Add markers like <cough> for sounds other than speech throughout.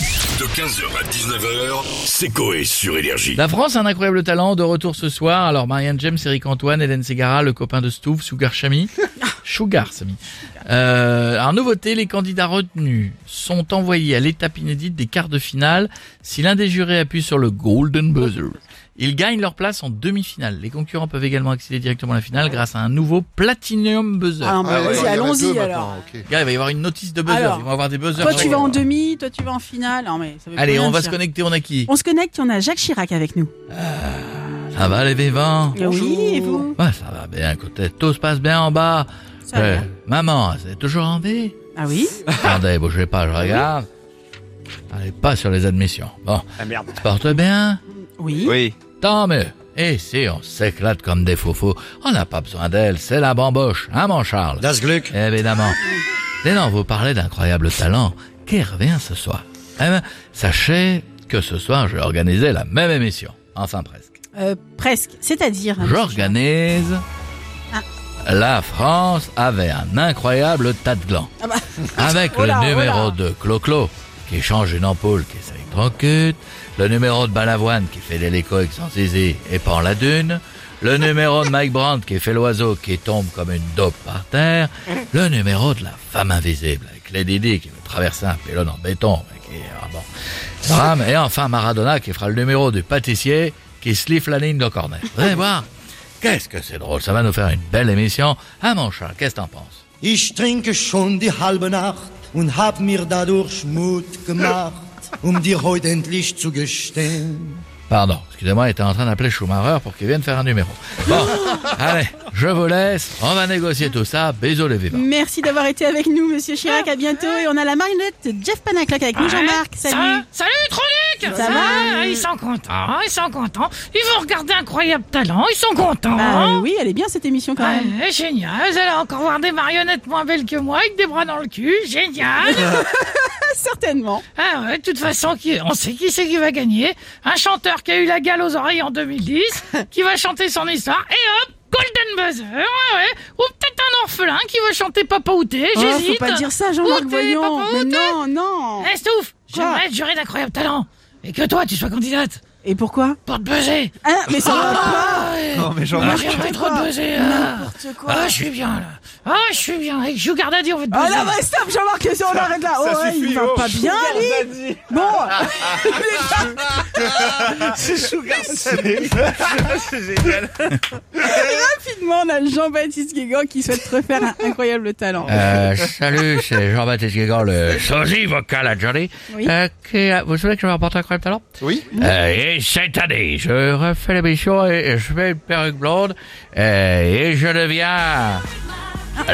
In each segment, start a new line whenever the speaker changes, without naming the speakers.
De 15h à 19h, c'est Coé sur Énergie.
La France a un incroyable talent, de retour ce soir. Alors Marianne James, Eric Antoine, Hélène Segara, le copain de Stouff, Sugar
<laughs>
Chami. Sugar Chami. Euh, alors nouveauté, les candidats retenus sont envoyés à l'étape inédite des quarts de finale. Si l'un des jurés appuie sur le Golden Buzzer, ils gagnent leur place en demi-finale. Les concurrents peuvent également accéder directement à la finale grâce à un nouveau Platinum Buzzer.
Ah, bah,
Ah ouais,
vas-y,
il y en a deux
allons-y
maintenant,
alors.
ok.
Les gars, il va y avoir une notice de buzzer.
Alors,
Ils vont avoir des buzzers.
Toi,
sur
tu
les-
vas en demi, toi, tu vas en finale. Non, mais ça veut plus
Allez,
rien
on va se
dire.
connecter, on a qui
On se connecte, on a Jacques Chirac avec nous.
Ça va les vivants
Oui, et vous
Ouais, ça va bien, écoutez, tout se passe bien en bas.
Ça va
Ouais.
bien.
Maman, c'est toujours en vie
Ah oui
Attendez, bougez pas, je regarde. Allez, pas sur les admissions. Bon,
Ah merde.
se porte bien
Oui.
Oui.
Tant mieux. Et si on s'éclate comme des faux-fous, on n'a pas besoin d'elle, c'est la bamboche, hein mon Charles
Das Gluck.
Évidemment. Mais non, vous parlez d'incroyable talent qui revient ce soir. Eh ben, sachez que ce soir, je vais organiser la même émission. Enfin presque.
Euh, presque. C'est-à-dire. hein,
J'organise la France avait un incroyable tas de glands.
Ah bah.
Avec
Oh là, oh
le numéro
là.
2, Clo-Clo, qui change une ampoule qui s'électrocute, le numéro de Balavoine qui fait l'hélico avec son zizi et pend la dune, le numéro de Mike Brandt qui fait l'oiseau qui tombe comme une dope par terre, le numéro de la femme invisible avec Lady Di qui va traverser un pylône en béton. mais qui- ah bon. Drame. et enfin Maradona qui fera le numéro du pâtissier qui sliffe la ligne de cornet. Vous allez voir, qu'est-ce que c'est drôle, ça va nous faire une belle émission. Ah mon chat, qu'est-ce que t'en penses
Ich trinke schon die halbe Nacht und hab mir dadurch Mut gemacht, um dir heute endlich zu gestehen.
Pardon, excusez-moi, il était en train d'appeler Schumacher pour qu'il vienne faire un numéro. Bon, allez, je vous laisse, on va négocier tout ça, bisous les vivants.
Merci d'avoir été avec nous, monsieur Chirac. À bientôt. Et on a la marionnette de Jeff Panaclock
Ah,
avec nous, Jean-Marc. Salut.
hein Salut Tronic
Ça va
Ah, Ils sont contents, ils sont contents. Ils vont regarder Incroyable Talent, ils sont contents.
Bah, oui, elle est bien cette émission quand même.
Ouais, génial, vous allez encore voir des marionnettes moins belles que moi avec des bras dans le cul,
<laughs>
génial.
Certainement.
ah ouais, de toute façon, qui- on sait qui c'est qui va gagner. Un chanteur qui a eu la gale aux oreilles
<laughs>
en 2010, qui va chanter son histoire, et hop, Golden Buzzer, ouais, ouais. Ou peut-être un orphelin qui va chanter Papa Outé,
Oh,
j'hésite.
faut pas dire ça, Jean-Marc,
Outé,
voyons.
Papa
Mais
Outé.
non, non.
Eh, Stouff,
Quoi
j'aimerais être juré d'incroyable talent. Et que toi, tu sois candidate
Eh.
Et pourquoi
pour te buzzer.
Ah, mais ça
Oh
va pas.
Non, mais j'en ai
je sais
trop
pas.
de buzzer.
euh.
là.
N'importe quoi.
Ah, je suis bien là. Ah, je suis bien. Avec Sugar Daddy, on va te
Ah
buzzer.
là, bah, stop, Jean-Marc, si on l'arrête là. oh, ouais, il va pas bien, lui.
<laughs>
Bon,
C'est
<laughs>
Sugar Sammy. C'est génial.
rapidement, on a Jean-Baptiste Guégan qui souhaite refaire un incroyable talent.
Ah.
Euh, salut, c'est Jean-Baptiste Guégan, le sosie vocal à Johnny.
Oui.
Euh, qui a- vous savez que je vais rapporter un incroyable talent
Oui.
Euh, et cette année, je refais l'émission et et je mets une perruque blonde euh, et je deviens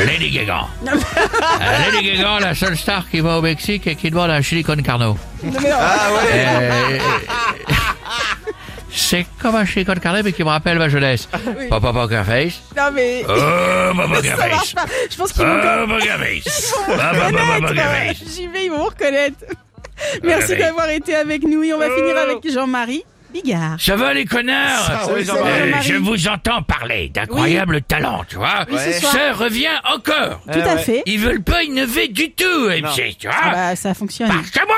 Lady Guégan. Euh, Lady Guégan, la seule star qui va au Mexique et qui demande un chili con carne.
Ah,
Euh, C'est comme un chili con carne mais qui me rappelle ma jeunesse. Papa Pokerface.
Non, mais
Ah.
Oh, Papa
ça marche
Pokerface.
pas. Je pense qu'ils vont quand
bah,
Oh, Pokerface. Papa, Papa
même
Pokerface.
connaître. J'y vais, ils vont vous reconnaître.
Ah, bah,
Merci d'avoir été avec nous et on va
Oh.
finir avec Jean-Marie Bigard.
Ça va les connards
oui, ça va.
Euh,
Jean-Marie.
Je vous entends parler d'incroyable talent, tu vois.
ce soir.
Ça revient encore.
Ah,
Tout à fait.
Ils veulent pas innover du tout, MC, tu vois.
Ah bah, ça fonctionne.
Parce que moi,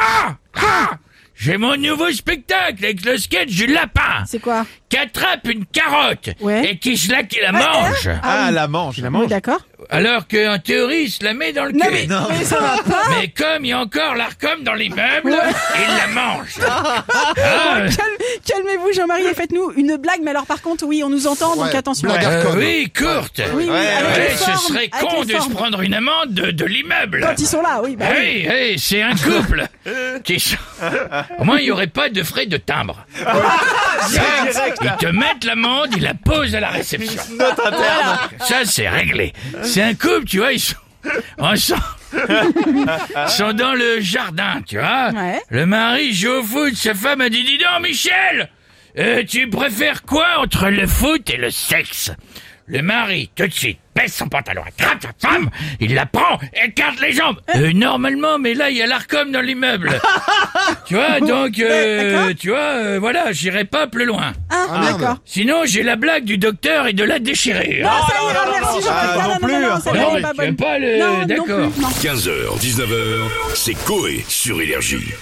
ah, j'ai mon nouveau spectacle avec le sketch du lapin
C'est quoi
qui attrape une carotte
Ouais.
et qui se la, qui la mange.
Ah, la manche. La
Oui, D'accord
Alors qu'en théorie, il se la met dans le cul.
Non, mais, mais ça va pas.
Mais comme il y a encore l'arcom dans l'immeuble, il la mange. Ah, euh,
Calme- Calmez-vous, Jean-Marie, et faites-nous une blague. Mais alors, par contre, oui, on nous entend, donc
Ouais,
attention.
blague.
euh,
Arcom.
oui, courte.
Oui, oui, avec
Ouais,
les
ce
formes,
serait
avec
con
les
de se
formes.
prendre une amende de, de l'immeuble.
Quand ils sont là, oui, bah oui.
Hey, hey, c'est un couple qui sont- Au moins, il n'y aurait pas de frais de timbre. Ils te mettent l'amende, ils la posent à la réception. Ça, c'est réglé. C'est un couple, tu vois, ils sont ensemble. Ils sont dans le jardin, tu vois.
Ouais.
Le mari joue au foot, sa femme a dit, dis donc, Michel, euh, tu préfères quoi entre le foot et le sexe Le mari, tout de suite, baisse son pantalon, attrape sa femme, il la prend, écarte les jambes. Euh, normalement, mais là, il y a l'arcom dans
<laughs>
l'immeuble. tu vois, donc, euh,
d'accord.
tu vois, euh, voilà, j'irai pas plus loin.
Ah,
merde.
d'accord.
Sinon, j'ai la blague du docteur et de la déchirure.
Ah, ça ira, merci, Jean-Marie. Non, non, non, non, celle-là,
Non,
elle est
mais
pas
tu aimes
bonne.
pas le-
Non, non
d'accord.
plus, non.
15h, 19h, c'est Coé sur Énergie.